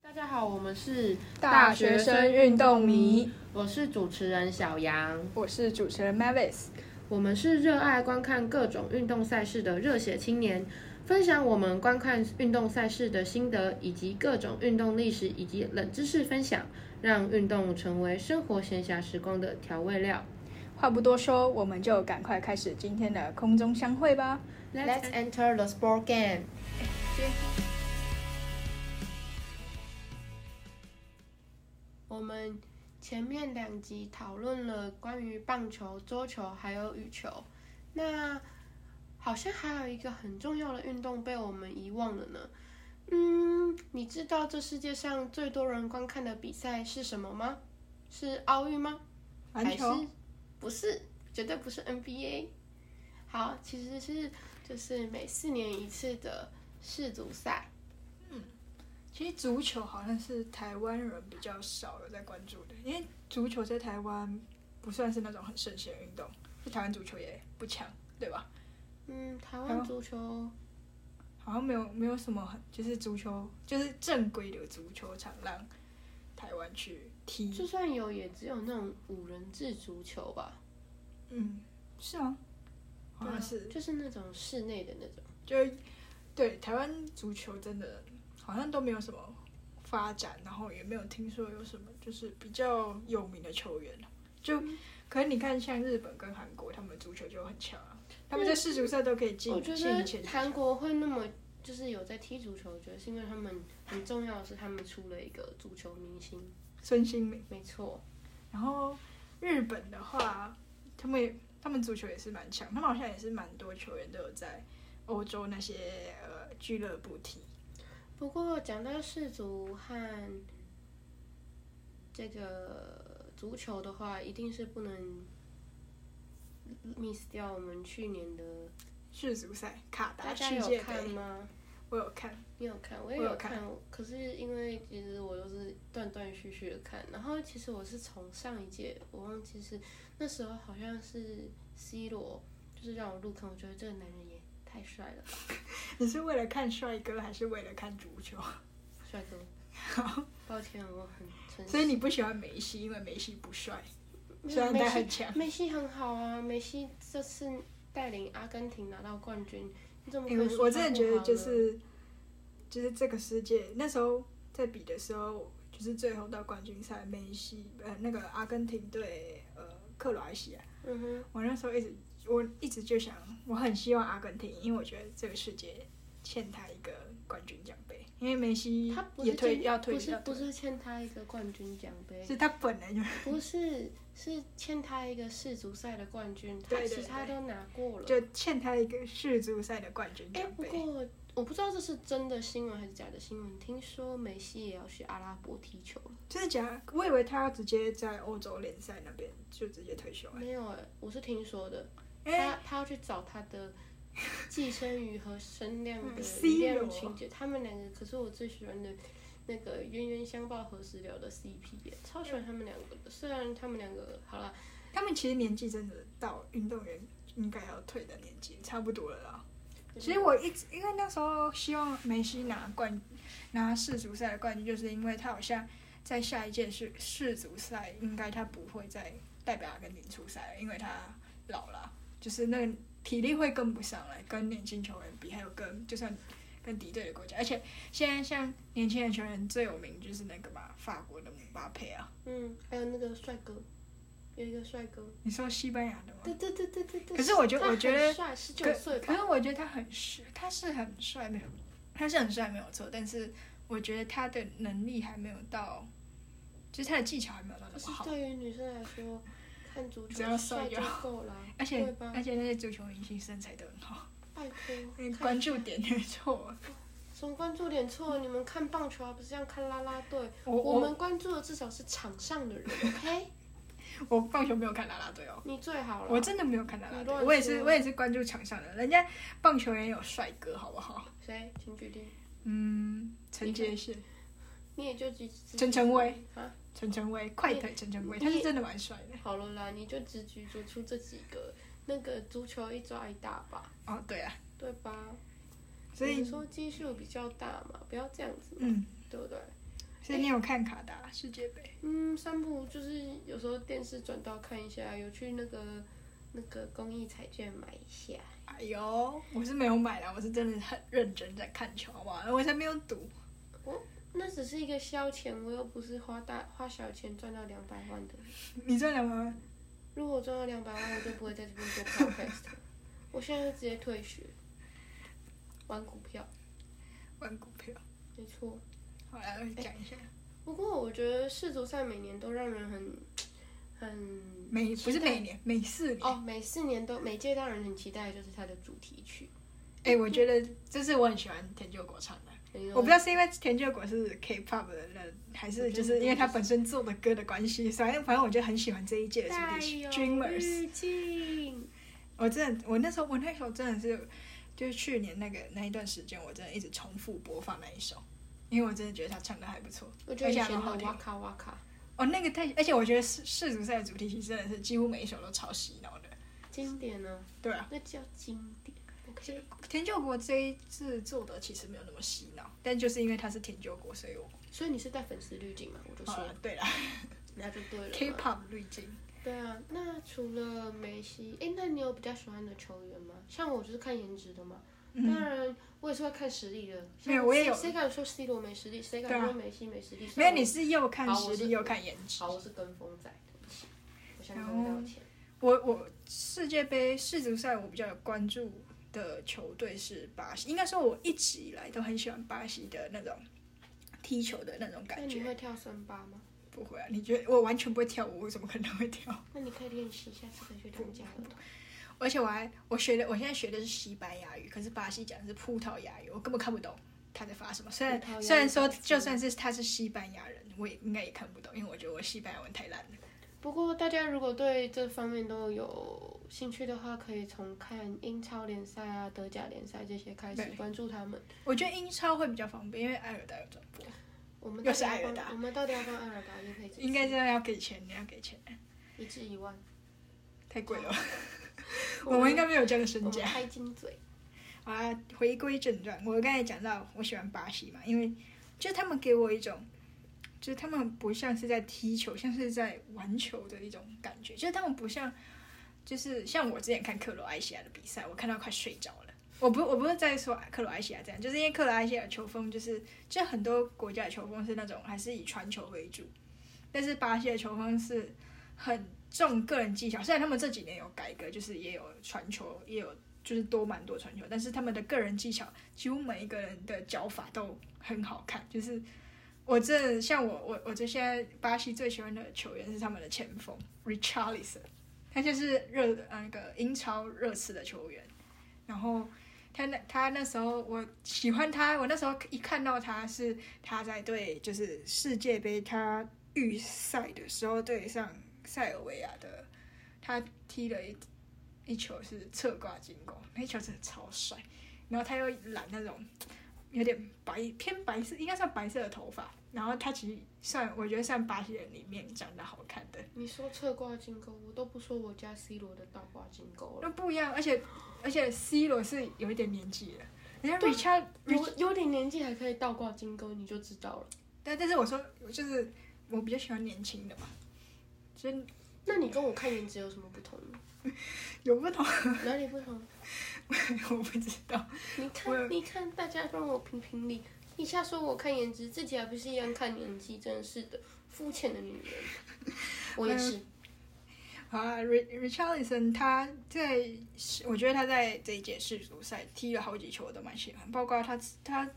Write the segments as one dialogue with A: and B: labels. A: 大家好，我们是
B: 大学生运动迷，
A: 我是主持人小杨，
B: 我是主持人 Mavis。
A: 我们是热爱观看各种运动赛事的热血青年，分享我们观看运动赛事的心得，以及各种运动历史以及冷知识分享，让运动成为生活闲暇时光的调味料。
B: 话不多说，我们就赶快开始今天的空中相会吧。
A: Let's enter the sport game。我们前面两集讨论了关于棒球、桌球还有羽球，那好像还有一个很重要的运动被我们遗忘了呢。嗯，你知道这世界上最多人观看的比赛是什么吗？是奥运吗？还
B: 篮
A: 是
B: 球，
A: 不是，绝对不是 NBA。好，其实是就是每四年一次的世足赛。
C: 其实足球好像是台湾人比较少有在关注的，因为足球在台湾不算是那种很盛行的运动，就台湾足球也不强，对吧？
A: 嗯，台
C: 台
A: 湾
C: 湾
A: 足球
C: 好像没有没有什么很就是足球就是正规的足球场让台湾去踢。
A: 就算有，也只有那种五人制足球吧，
C: 嗯，是啊，好
A: 对啊
C: 像是
A: 就是那种室内的那种。
C: 就是对台湾足球真的好像都没有什么发展，然后也没有听说有什么就是比较有名的球员。就
A: 嗯
C: 可是你看，像日本跟韩国，他们足球就很强啊，他们在世足赛都可以进
A: 嗯我觉
C: 进前
A: 得
C: 几
A: 韩
C: 强。
A: 国会那么就是有在踢足球，我觉得是因为他们很重要的是他们出了一个足球明星，
C: 孙兴民，
A: 没错，
C: 然后日本的话，他们也他们足球也是蛮强，他们好像也是蛮多球员都有在欧洲那些呃俱乐部踢。
A: 不过讲到世足和这个足球的话，一定是不能 miss 掉我们去年的。
C: 世足赛卡达
A: 大家
C: 世
A: 有
C: 界
A: 看
C: 杯，
A: 吗？
C: 我有看，
A: 你有看，我也
C: 我有
A: 有
C: 看
A: 看，可是因为其实我都是断断续续的看，然后其实我是从上一届，我忘记是那时候好像是 C 罗，就是让我入坑，我觉得这个男人也太帅了吧，
C: 你是为了看帅哥还是为了看足球？
A: 帅哥。抱歉，我很诚实。
C: 所以你不喜欢梅西，因为梅西不帅，
A: 没有
C: 虽然
A: 梅
C: 他
A: 西
C: 很强。
A: 梅西很好啊，梅西这次带领阿根廷拿到冠军，你怎么可
C: 因
A: 以
C: 为
A: 说
C: 我
A: 他
C: 真的
A: 不
C: 觉得
A: 好
C: 就
A: 呢
C: 是，就是这个世界那时候在比的时候，就是最后到冠军赛，梅西呃那个阿根廷对呃克罗埃西亚，
A: 嗯哼，
C: 我那时候一直我一直就想，我很希望阿根廷，因为我觉得这个世界欠他一个冠军奖杯，因为梅西
A: 他不
C: 也
A: 是
C: 退
A: 欠
C: 要退
A: 不是
C: 要
A: 不
C: 退，
A: 是欠他一个冠军奖杯，
C: 是他本来就
A: 不是，是欠他一个世足赛的冠军，他
C: 对对
A: 其他
C: 对
A: 都拿过了。
C: 就欠他一个世足赛的冠军
A: 哎、
C: 奖
A: 不
C: 杯。
A: 过我不知道这是真的新闻还是假的新闻，听说梅西也要去阿拉伯踢球了。
C: 真的假的？我以为他要直接在欧洲联赛那边就直接退休哎、
A: 没有哎、我是听说的，
C: 哎、
A: 他他要去找他的寄生鱼和生亮的
C: 嗯，C
A: 一亮
C: 罗
A: 情节，他们两个可是我最喜欢的。那个冤冤相报何时了的 CP，耶超喜欢他们两个的。虽然他们两个好了，
C: 他们其实年纪真的到运动员应该要退的年纪，差不多了啦。其实我一直因为那时候希望梅西拿冠拿世足赛的冠军，就是因为他好像在下一届世世足赛应该他不会再代表阿根廷出赛了，因为他老了，就是那个体力会跟不上了，跟年轻球员比，还有跟就算跟敌对的国家，而且现在像年轻的球员最有名就是那个嘛法国的姆巴佩啊，
A: 嗯，还有那个帅哥，有一个帅哥，
C: 你说西班牙的吗？
A: 对对对对对对。
C: 哦可是我觉得
A: 他
C: 我
A: 很
C: 觉得
A: 帅，十九
C: 可
A: 岁
C: 可
A: 吧。
C: 是我觉得他很帅，他是很帅，没有，他是很帅没有错，但是我觉得他的能力还没有到，就是他的技巧还没有到
A: 可
C: 那
A: 是
C: 么好。
A: 对于女生来说，看足
C: 只
A: 球
C: 要
A: 帅
C: 帅
A: 就
C: 就
A: 够了，
C: 而
A: 对
C: 且哎
A: 吧
C: 而且那些足球明星身材都很好，
A: 拜托。
C: 那
A: 看
C: 哎 关注点也错。
A: 什么关注点错？你们看棒球还啊不是这样看啦啦队？
C: 我
A: 我
C: 我
A: 们关注的至少是场上 的人，OK？
C: 我棒球没有看啦啦队哦，
A: 你最好了。
C: 我真的没有看啦啦
A: 你
C: 队，
A: 乱
C: 我也是
A: 说
C: 我也是关注场上的，人家棒球也有帅哥，好不好？
A: 谁？请举例。
C: 嗯，陈杰宪、
A: 你也就只只
C: 陈晨威
A: 啊，
C: 陈晨威、快腿陈晨威，
A: 你
C: 他是真的蛮帅的。
A: 好了啦，你就只举足出这几个。那个足球一抓一大把，
C: 哦，对啊，
A: 对吧？
C: 所以
A: 你说基数比较大嘛，不要这样子嘛，
C: 嗯。
A: 对不对？
C: 所以你有看卡达世界杯？
A: 嗯，散步就是有时候电视转到看一下，有去那个那个公益彩券买一下。
C: 哎呦，我是没有买啦，我是真的很认真在看球，好不好？我才没有赌。
A: 那只是一个消遣，我又不是花大花小钱赚到两百万的。
C: 你赚两百万，
A: 如果我赚到两百万，我就不会在这边做 podcast 了。我现在就直接退学，玩股票。
C: 玩股票。
A: 没错，
C: 好来讲一下，
A: 不过我觉得世足赛每年都让人很很
C: 每不是每年，每四年。
A: 哦，每四年都每届让人很期待，就是它的主题曲。
C: 哎、我觉得这是我很喜欢田就国唱的。
A: 很有
C: 我不知道是因为田就国是 K-pop 的人，还是就是因为他本身做的歌的关系，反正反正我就很喜欢这一届的主
A: 带
C: 题曲
A: 有
C: 《Dreamers》。
A: 滤镜。
C: 我真的，我那时候我那时候真的是，就是去年那个那一段时间，我真的一直重复播放那一首，因为我真的觉得他唱的还不错。
A: 我觉得以前
C: 而且还蛮哎好
A: 的
C: 听
A: 哇卡哇卡，
C: 哦，那个太，而且我觉得世世足赛的主题曲真的是几乎每一首都超洗脑的。
A: 经典呢、
C: 对啊，
A: 那叫经典。OK，
C: 田就国这一次做的其实没有那么洗脑，但就是因为他是田就国，所以我
A: 所以你是带粉丝滤镜嘛？我就
C: 好
A: 说
C: 了，对啦
A: 那就对了嘛。
C: 啊 K-pop 滤镜。
A: 对啊，那除了梅西，哎，那你有比较喜欢的球员吗？像我就是看颜值的嘛，当然我也是会看实力的。
C: 嗯没有
A: 像
C: 我也
A: 谁
C: 有
A: 谁敢说 C 罗没实力？谁
C: 对
A: 敢
C: 啊
A: 说梅西没实力？
C: 没有，
A: 像
C: 你是又看
A: 好
C: 实
A: 我是
C: 力又看颜值。
A: 好，我是跟风仔，对不起，我向他们道歉。
C: 我我世界杯世足赛我比较有关注的球队是巴西，应该说我一直以来都很喜欢巴西的那种踢球的那种
A: 那
C: 感
A: 你
C: 觉。
A: 会跳森巴吗？
C: 不会啊？你觉得我完全不会跳舞，我怎么可能会跳？
A: 那你可以练习，下次可以去当家儿童。
C: 而且我还我学的，我现在学的是西班牙语，可是巴西讲的是葡萄牙语，我根本看不懂他在发什么。虽然
A: 葡萄牙语
C: 虽然说
A: 巴西
C: 就算是他是西班牙人，我也应该也看不懂，因为我觉得我西班牙文太烂了。
A: 不过大家如果对这方面都有兴趣的话，可以从看英超联赛啊、德甲联赛这些开始
C: 对
A: 关注他们。
C: 我觉得英超会比较方便，因为埃尔达有转播，
A: 我们
C: 又
A: 到底
C: 是
A: 要
C: 艾尔
A: 帮
C: 达
A: 我们到底要帮艾尔达也可以
C: 应该这样要给钱，你要给钱，
A: 一至一 万。
C: 太贵了。我们应该没有这样的
A: 我
C: 身
A: 们
C: 价。
A: 开金嘴，
C: 好啊，回归正传，我刚才讲到我喜欢巴西嘛，因为就是他们给我一种，就是他们不像是在踢球，像是在玩球的一种感觉，就是他们不像，就是像我之前看克罗埃西亚的比赛，我看到快睡着了。我不，我不是在说克罗埃西亚这样，就是因为克罗埃西亚球风就是，就很多国家的球风是那种还是以传球为主，但是巴西的球风是很重个人技巧。虽然他们这几年有改革，就是也有传球，也有就是多蛮多传球，但是他们的个人技巧，几乎每一个人的脚法都很好看。就是我这像我我我这现在巴西最喜欢的球员是他们的前锋 Richarlison，他就是热呃那个英超热刺的球员，然后。他那他那时候我喜欢他，我那时候一看到他是他在对就是世界杯他预赛的时候对上塞尔维亚的，他踢了一一球是侧挂进攻，那一球真的超帅。然后他又染那种有点白偏白色，应该算白色的头发。然后他其实算我觉得算巴西人里面长得好看的，
A: 你说侧挂金钩，我都不说我家 C 罗的倒挂金钩了
C: 那。不一样。而且而且 C 罗是有一点年纪了，人家
A: 对
C: Richard
A: 有有点年纪还可以倒挂金钩，你就知道了。
C: 但但是我说我就是我比较喜欢年轻的嘛，真
A: 那你跟我看颜值有什么不同呢？
C: 有不同，
A: 哪里不同？
C: 我不知道。
A: 你
C: 我
A: 看，你看，大家帮我评评理。一下说我看颜值，自己还不是一样看年纪，真是的，肤浅的女人。我也 是，
C: 好啊，Rich Richarlison 他在，我觉得他在这一届世足赛踢了好几球，我都蛮喜欢，包括他他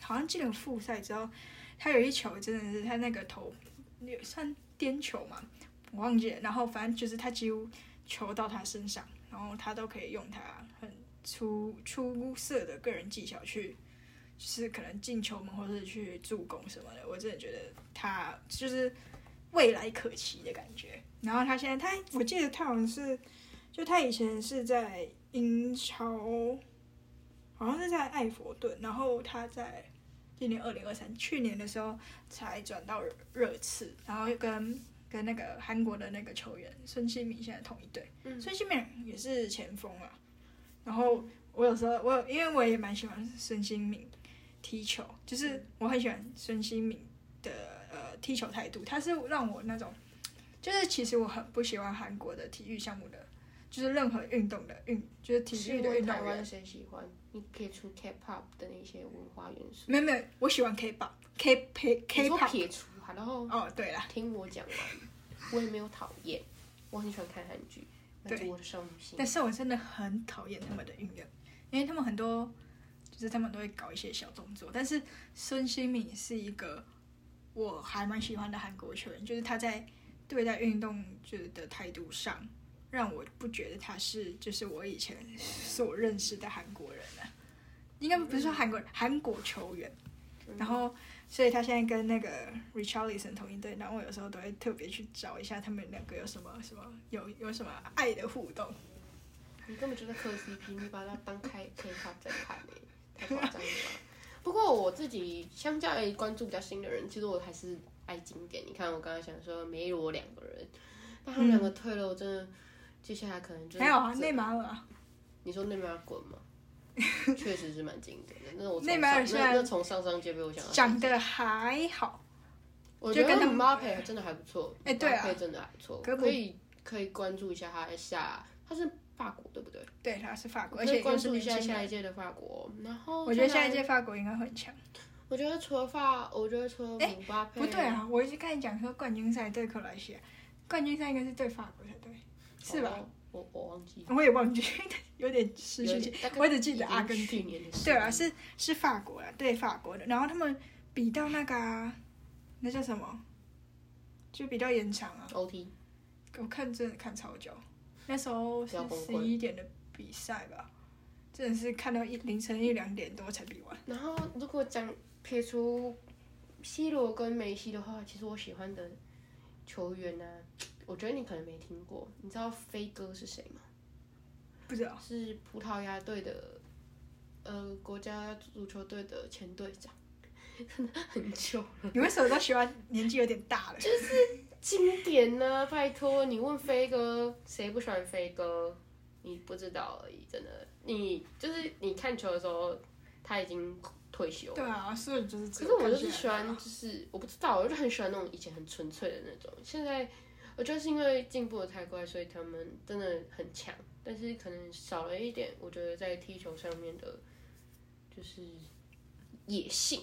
C: 好像进了复赛之后，他有一球真的是他那个头也算颠球嘛，我忘记了，然后反正就是他几乎球到他身上，然后他都可以用他很出出色的个人技巧去。就是可能进球门或者是去助攻什么的，我真的觉得他就是未来可期的感觉。然后他现在他，我记得他好像是，就他以前是在英超，好像是在艾佛顿，然后他在今年二零二三去年的时候才转到热刺，然后跟跟那个韩国的那个球员孙兴敏现在同一队，
A: 嗯
C: 孙兴敏也是前锋啊。然后我有时候我有因为我也蛮喜欢孙兴敏踢球，就是我很喜欢孙兴敏的呃踢球态度，他是让我那种，就是其实我很不喜欢韩国的体育项目的，就是任何运动的运，就是体
A: 是
C: 育的
A: 问
C: 运
A: 台
C: 动
A: 湾
C: 员。
A: 谁喜欢，你撇除 K-pop 的那些文化元素，
C: 没有没有，我喜欢 K-pop，K K
A: 你说
C: K-pop。
A: 撇除，好然后
C: 哦，对啦，
A: 听我讲完，我也没有讨厌，我很喜欢看韩剧，满足我的少女心
C: 但。是我真的很讨厌他们的运动，因为他们很多就是他们都会搞一些小动作。但是孙兴敏是一个我还蛮喜欢的韩国球员，就是他在对待运动就是的态度上，让我不觉得他是就是我以前所认识的韩国人啊。应该不是说韩国人韩国球员，
A: 嗯
C: 然后所以他现在跟那个 Richarlison 同一队，然后我有时候都会特别去找一下他们两个有什么什么有有什么爱的互动。
A: 你根本就在磕 CP，你把它当开 K-pop 在看欸太夸张了吧？不过我自己相较于关注比较新的人，其实我还是爱经典。你看我刚刚想说梅罗两个人，但他们两个退了，我真的接下来可嗯能就是
C: 嗯还有啊，
A: 这
C: 内马尔啊，
A: 你说内马尔滚 吗？确实是蛮经典的。那我从
C: 内马尔
A: 上
C: 虽
A: 那
C: 然
A: 那从上上届被我讲到，
C: 长得还好，
A: 我觉得
C: 就跟他们
A: m b a p e 真的还不错。
C: 哎对啊
A: Mbappe 真的还不错，
C: 可不
A: 可以可以关注一下他的下，他是法国对不对？
C: 对，他是法国，而
A: 可
C: 且
A: 以关
C: 又是
A: 注一
C: 明
A: 下
C: 星
A: 下一
C: 人。
A: 届的法国。然后
C: 我觉得
A: 再来
C: 下一届法国应该会很强。
A: 我觉得除了法，我觉得除了姆巴佩，
C: 不对，啊，我一直看你讲说冠军赛对克罗西亚，冠军赛应该是对法国才对，是吧？？
A: 哦我我忘记，
C: 我也忘记， 有点失
A: 有
C: 去
A: 点
C: 记
A: 大概
C: 我只记得阿根
A: 已经
C: 廷。
A: 去年的事
C: 对啊，是是法国啊，对法国的。然后他们比到那个啊、那叫什么？就比到延长啊。
A: OT，
C: 我看真的看超久，那时候是
A: 要崩
C: 十
A: 溃
C: 一点的比赛吧，真的是看到一凌晨一两点多才比完。
A: 然后如果讲撇除 C 罗跟梅西的话，其实我喜欢的球员呢、我觉得你可能没听过，你知道飞哥是谁吗？
C: 不知道
A: 是葡萄牙队的，呃，国家足球队的前队长，真的很久，
C: 你为什么都喜欢年纪有点大了？
A: 经典呢、拜托你问飞哥，谁不喜欢飞哥？你不知道而已，真的，你就是你看球的时候，他已经退休了
C: 对。啊，所以就是
A: 可
C: 只
A: 是
C: 有
A: 我
C: 看起来啊。
A: 就是喜欢，就是我不知道，我就很喜欢那种以前很纯粹的那种。现在我觉得是因为进步的太快，所以他们真的很强，但是可能少了一点，我觉得在踢球上面的，就是野性。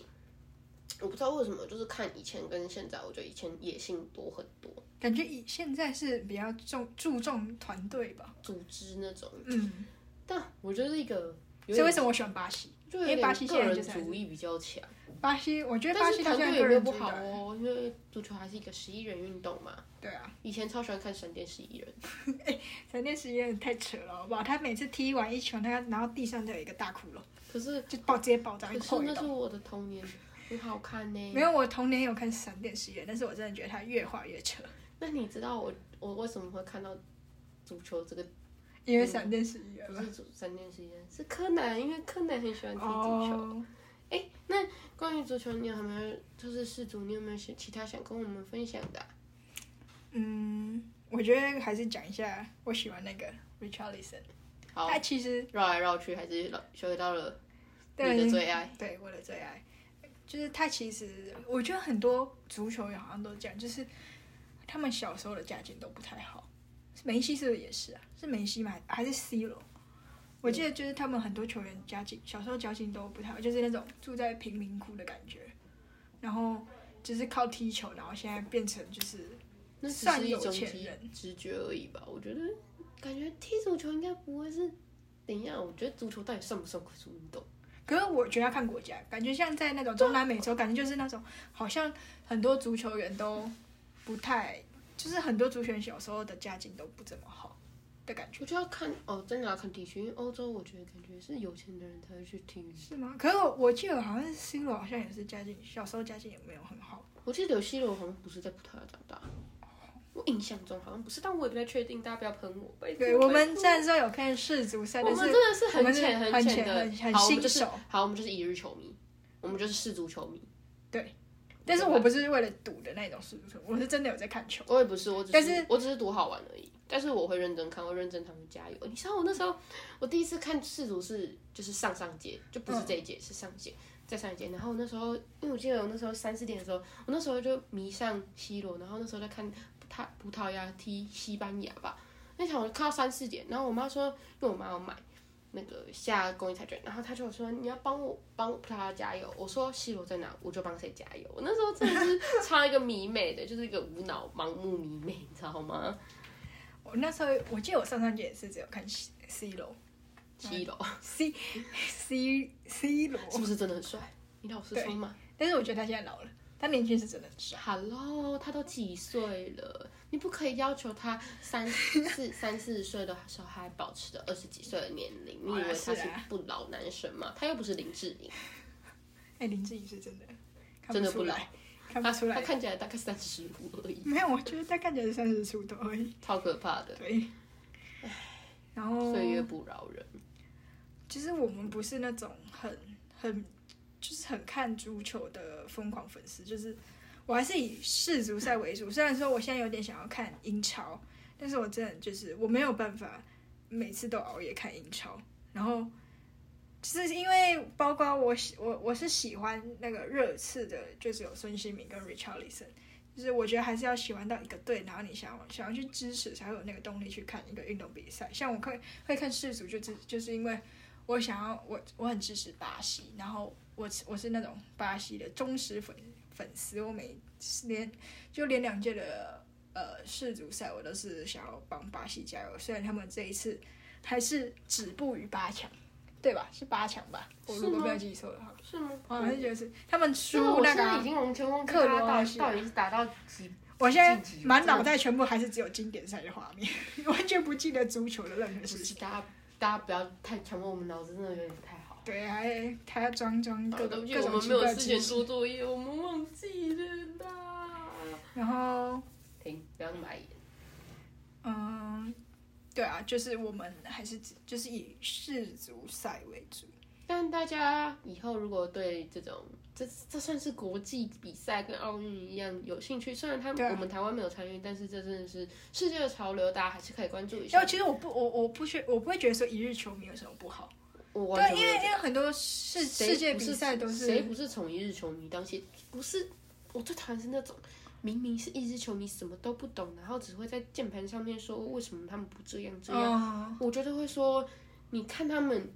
A: 我不知道为什么，就是看以前跟现在，我觉得以前野性多很多，
C: 感觉以现在是比较重注重团队吧。
A: 组织那种。
C: 嗯，
A: 但我觉得一个有
C: 所以为
A: 点，
C: 什么我喜欢巴西？
A: 就
C: 因
A: 有
C: 为
A: 点
C: 巴西
A: 个
C: 现在
A: 人
C: 就是还是
A: 主义比较强。
C: 巴西，我觉得巴
A: 但
C: 西
A: 是
C: 到
A: 团
C: 现在
A: 队
C: 个
A: 也没有
C: 人
A: 不
C: 主
A: 好
C: 导
A: 哦，因为足球还是一个十一人运动嘛。
C: 对啊，
A: 以前超喜欢看闪电十一人，
C: 闪电十一人太扯了，好不好？他每次踢完一球，他然后地上就有一个大窟窿，
A: 可是
C: 就爆直接爆炸，
A: 可
C: 一
A: 是
C: 破一
A: 那是
C: 洞。
A: 我的童年，很好看呢。
C: 没有，我童年有看闪电十一人，但是我真的觉得他越画越扯，
A: 那你知道我我为什么会看到足球这个
C: 因为闪电十一
A: 不
C: 人吧。
A: 是足三件事情？是柯南，因为柯南嗯很喜欢踢足球。
C: 哦，
A: 哎、那关于足球，你有没有就是世足，你有没有想其他想跟我们分享的啊、
C: 嗯，我觉得还是讲一下，我喜欢那个 Richarlison，
A: 好，
C: 他其实
A: 绕来绕去还是绕学到了你
C: 对
A: 的最爱。
C: 对，我的最爱。就是他其实，我觉得很多足球员好像都这样，就是他们小时候的家境都不太好。梅西是不是也是啊？是梅西吗？还是 C 罗？我记得就是他们很多球员家境小时候家境都不太好，就是那种住在贫民窟的感觉，然后就是靠踢球，然后现在变成就是
A: 那只
C: 算
A: 是一
C: 有
A: 种
C: 钱
A: 直
C: 人
A: 直觉而已吧。我觉得感觉踢足球应该不会是。等一下，我觉得足球到底算不算快速运动？
C: 可是我觉得要看国家，感觉像在那种中南美洲，感觉就是那种好像很多足球员都不太，就是很多足球员小时候的家境都不怎么好的感觉，
A: 我就要看哦，真的要看地区，因为欧洲我觉得感觉是有钱的人才会去听。
C: 是吗？可是我我记得好像是 C 罗好像也是家境，小时候家境也没有很好，
A: 我记得有西罗好像不是在葡萄牙长大，我印象中好像不是，但我也不太确定，大家不要喷我。拜托
C: 对我们
A: 拜
C: 虽然说有看世足赛，
A: 托我
C: 但
A: 们真的
C: 是
A: 是
C: 我
A: 很
C: 们是
A: 浅
C: 很
A: 浅
C: 浅
A: 的，
C: 很很
A: 好，我
C: 新
A: 们就是
C: 手
A: 好，我们就是一日球迷，我们就是世足球迷。
C: 对，但是我不是为了赌的那种世足球，我是真的有在看球。
A: 我也不是，我只
C: 但
A: 是
C: 是
A: 我只是读好玩而已。但是我会认真看，我会认真他们加油。你
C: 嗯
A: 知道我那时候，我第一次看世足是就是上上届，就不是这一届，是上届。在三节，然后那时候，因为我记得我那时候三四点的时候，我那时候就迷上 C 罗，然后那时候在看他葡萄牙踢西班牙吧，那场我就看到三四点，然后我妈说，因为我妈要买那个下公益彩券，然后她就说你要帮我帮葡萄牙加油，我说 C 罗在哪，我就帮谁加油。我那时候真的是超一个迷妹的，就是一个无脑盲目迷妹，你知道吗
C: 我那时候我记得我上上节也是只有看 C C 罗
A: ？C 罗
C: C C C 罗，
A: 是不是真的很帅？你老实说嘛。
C: 但是我觉得他现在老了，他年轻是真的很帅。
A: Hello，他都几岁了？你不可以要求他三 四三四十岁的时候还保持着二十几岁的年龄，你以
C: 好啦
A: 为他
C: 是
A: 是
C: 啊
A: 不老男神吗？他又不是林志颖，
C: 哎、林志颖是真的，看
A: 真的
C: 出
A: 不老
C: 来，看
A: 他
C: 不出
A: 他
C: 来。
A: 看起来大概三十五而已，
C: 没有，我觉得他看起来是三十出头而已。
A: 超可怕的，
C: 对，然后
A: 岁月不饶人。
C: 其实我们不是那种很很就是很看足球的疯狂粉丝，就是我还是以世足赛为主。虽然说我现在有点想要看英超，但是我真的就是我没有办法每次都熬夜看英超。然后就是因为包括我喜我我是喜欢那个热刺的，就是有孙兴民跟 Richarlison。就是我觉得还是要喜欢到一个队，然后你想要想要去支持，才会有那个动力去看一个运动比赛。像我会会看世足，就是就是因为我想要我我很支持巴西，然后我是我是那种巴西的忠实粉粉丝，我每连就连两届的呃世足赛我都是想要帮巴西加油，虽然他们这一次还是止步于八强，对吧？是八强吧？我
A: 是
C: 如果
A: 吗
C: 没有记错的话，
A: 是吗？嗯
C: 我好像觉得是他们
A: 就是我
C: 输那
A: 现
C: 个
A: 在
C: 啊、
A: 已经完全忘记
C: 克
A: 他
C: 罗
A: 到
C: 地
A: 底
C: 区
A: 到底是打到几，
C: 我现在满脑袋全部还是只有经典赛的画面， 完全不记得足球的任何
A: 不
C: 事
A: 是
C: 情。
A: 大家大家不要太强迫我们脑子，真的有点不太好。
C: 对，还还要装装嗯各种各
A: 我
C: 种
A: 们
C: 奇
A: 没有
C: 怪的
A: 事
C: 知
A: 前
C: 识，
A: 做作业，我们忘记了啦。
C: 然后
A: 停，不要那么白眼。
C: 嗯，对啊，就是我们还是只就是以世足赛为主。
A: 但大家以后如果对这种这这算是国际比赛跟奥运一样有兴趣，虽然他们、
C: 对啊
A: 我们台湾没有参与，但是这真的是世界的潮流，大家还是可以关注一
C: 然
A: 下
C: 后。其实我不我我不觉我不会觉得说一日球迷有什么不好，
A: 我完全
C: 对，因为
A: 没有
C: 因为很多世
A: 谁
C: 世界
A: 不
C: 比赛都
A: 谁
C: 是
A: 不是从一日球迷当起？不是，我最讨厌是那种明明是一日球迷什么都不懂，然后只会在键盘上面说为什么他们不这样这样。
C: 嗯，
A: 我觉得会说，你看他们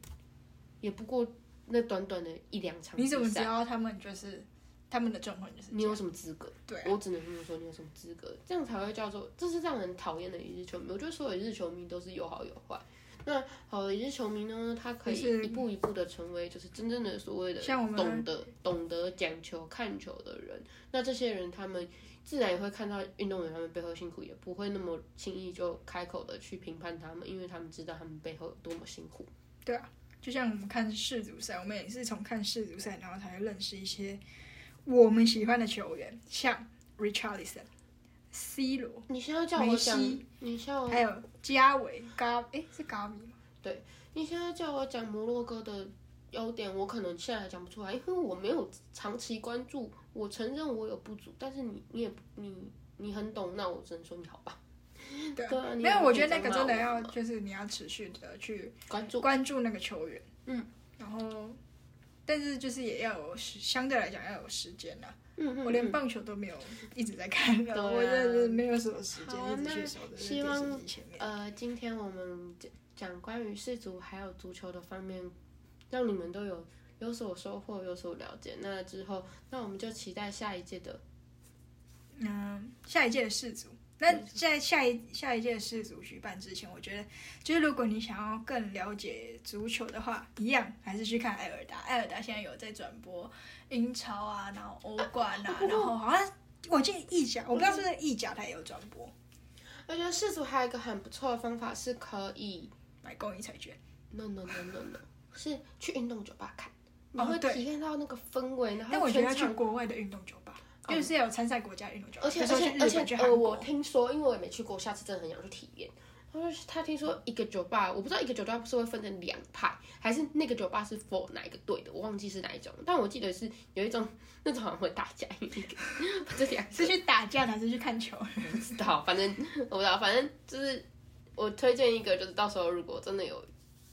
A: 也不过那短短的一两场比
C: 嗯你
A: 赛，
C: 怎么知道他们就是他们的状况就是这
A: 你
C: 样
A: 有什么资格？
C: 对啊
A: 我只能这么说，你有什么资格？这样才会叫做，这是让人讨厌的一日球迷。我觉得所有一日球迷都是有好有坏。那好的一日球迷呢，他可
C: 就
A: 以
C: 是
A: 一步一步的成为就是真正的所谓的
C: 像我们
A: 懂得懂得讲球看球的人。那这些人他们自然也会看到运动员他们背后辛苦，也不会那么轻易就开口的去评判他们，因为他们知道他们背后有多么辛苦。
C: 对啊，就像我们看世足赛，我们也是从看世足赛，然后才会认识一些我们喜欢的球员，像 Richarlison、C 罗，
A: 你现在叫我讲
C: 梅西，
A: 你现在我
C: 还有加维嘎，诶，是嘎米吗？
A: 你现在叫我讲摩洛哥的优点，我可能现在还讲不出来，因为我没有长期关注。我承认我有不足，但是你你也不你你很懂，那我只能说你好吧。
C: 对啊
A: 对啊，你
C: 没有，
A: 也不
C: 我觉得那
A: 可以
C: 个
A: 再骂
C: 真的
A: 我
C: 要
A: 嘛
C: 就是你要持续的去
A: 关注。
C: 关注那个球员，
A: 嗯，
C: 然后但是就是也要有时相对来讲要有时间啦、
A: 嗯嗯，
C: 我连
A: 嗯
C: 棒球都没有一直在看
A: 对啊
C: 了，我真的是没有什么时
A: 好啊
C: 间一直
A: 那
C: 去守着
A: 希
C: 那
A: 望
C: 电视机前面。
A: 呃，今天我们讲讲关于世足还有足球的方面，让你们都有有所收获，有所了解。那之后，那我们就期待下一届的
C: 嗯，下一届的世足。那在下一下一届的世足举办之前，我觉得就是如果你想要更了解足球的话，一样还是去看埃尔达。埃尔达现在有在转播英超啊，然后欧冠啊，然后好像我记得意甲，我不知道是不是意甲它也有转播，
A: 我觉得世足还有一个很不错的方法是可以
C: 买公益彩券。
A: no no no no no，是去运动酒吧看，你
C: 哦
A: 会
C: 对
A: 体验到那个氛围，然
C: 但
A: 后
C: 我觉得
A: 全
C: 要去
A: 场。哦
C: 国外的运动酒吧，因为是有参赛国家的运动酒吧，
A: 而且
C: 比如
A: 而
C: 说
A: 且
C: 去日
A: 而
C: 本、
A: 且
C: 去韩
A: 呃，我
C: 国。
A: 听说，因为我也没去过，我下次真的很想去体验。他说他听
C: 嗯
A: 说一个酒吧，我不知道一个酒吧不是会分成两派，还是那个酒吧是 for 哪一个队的，我忘记是哪一种，但我记得是有一种那种好像会打架，一个 这两个
C: 是去打架的还是去看球？
A: 不知道，反正我不知道，反正就是我推荐一个，就是到时候如果真的有，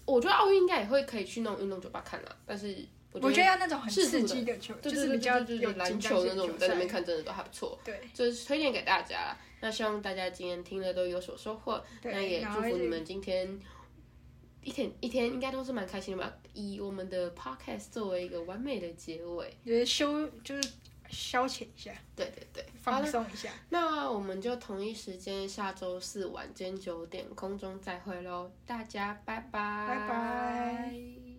A: 我觉得奥运应该也会可以去那种运动酒吧看啦、但是
C: 我觉得要那种很
A: 适度
C: 刺
A: 的
C: 激的球，
A: 对
C: 就是比较
A: 对对对
C: 有
A: 对篮
C: 紧张
A: 球
C: 性
A: 那
C: 的
A: 种
C: 球，
A: 在那边
C: 赛
A: 看真的都还不错，
C: 对
A: 就是推荐给大家啦。那希望大家今天听了都有所收获，那
C: 对，
A: 也
C: 然
A: 祝福
C: 后一
A: 你
C: 直
A: 们今天。一天一天应该都是蛮开心的吧？以我们的 podcast 作为一个完美的结尾，
C: 就是休就是消遣一下，
A: 对对对，好
C: 放
A: 了，
C: 松一下，
A: 那我们就同一时间下周四晚间九点空中再会喽，大家拜拜，
C: 拜拜。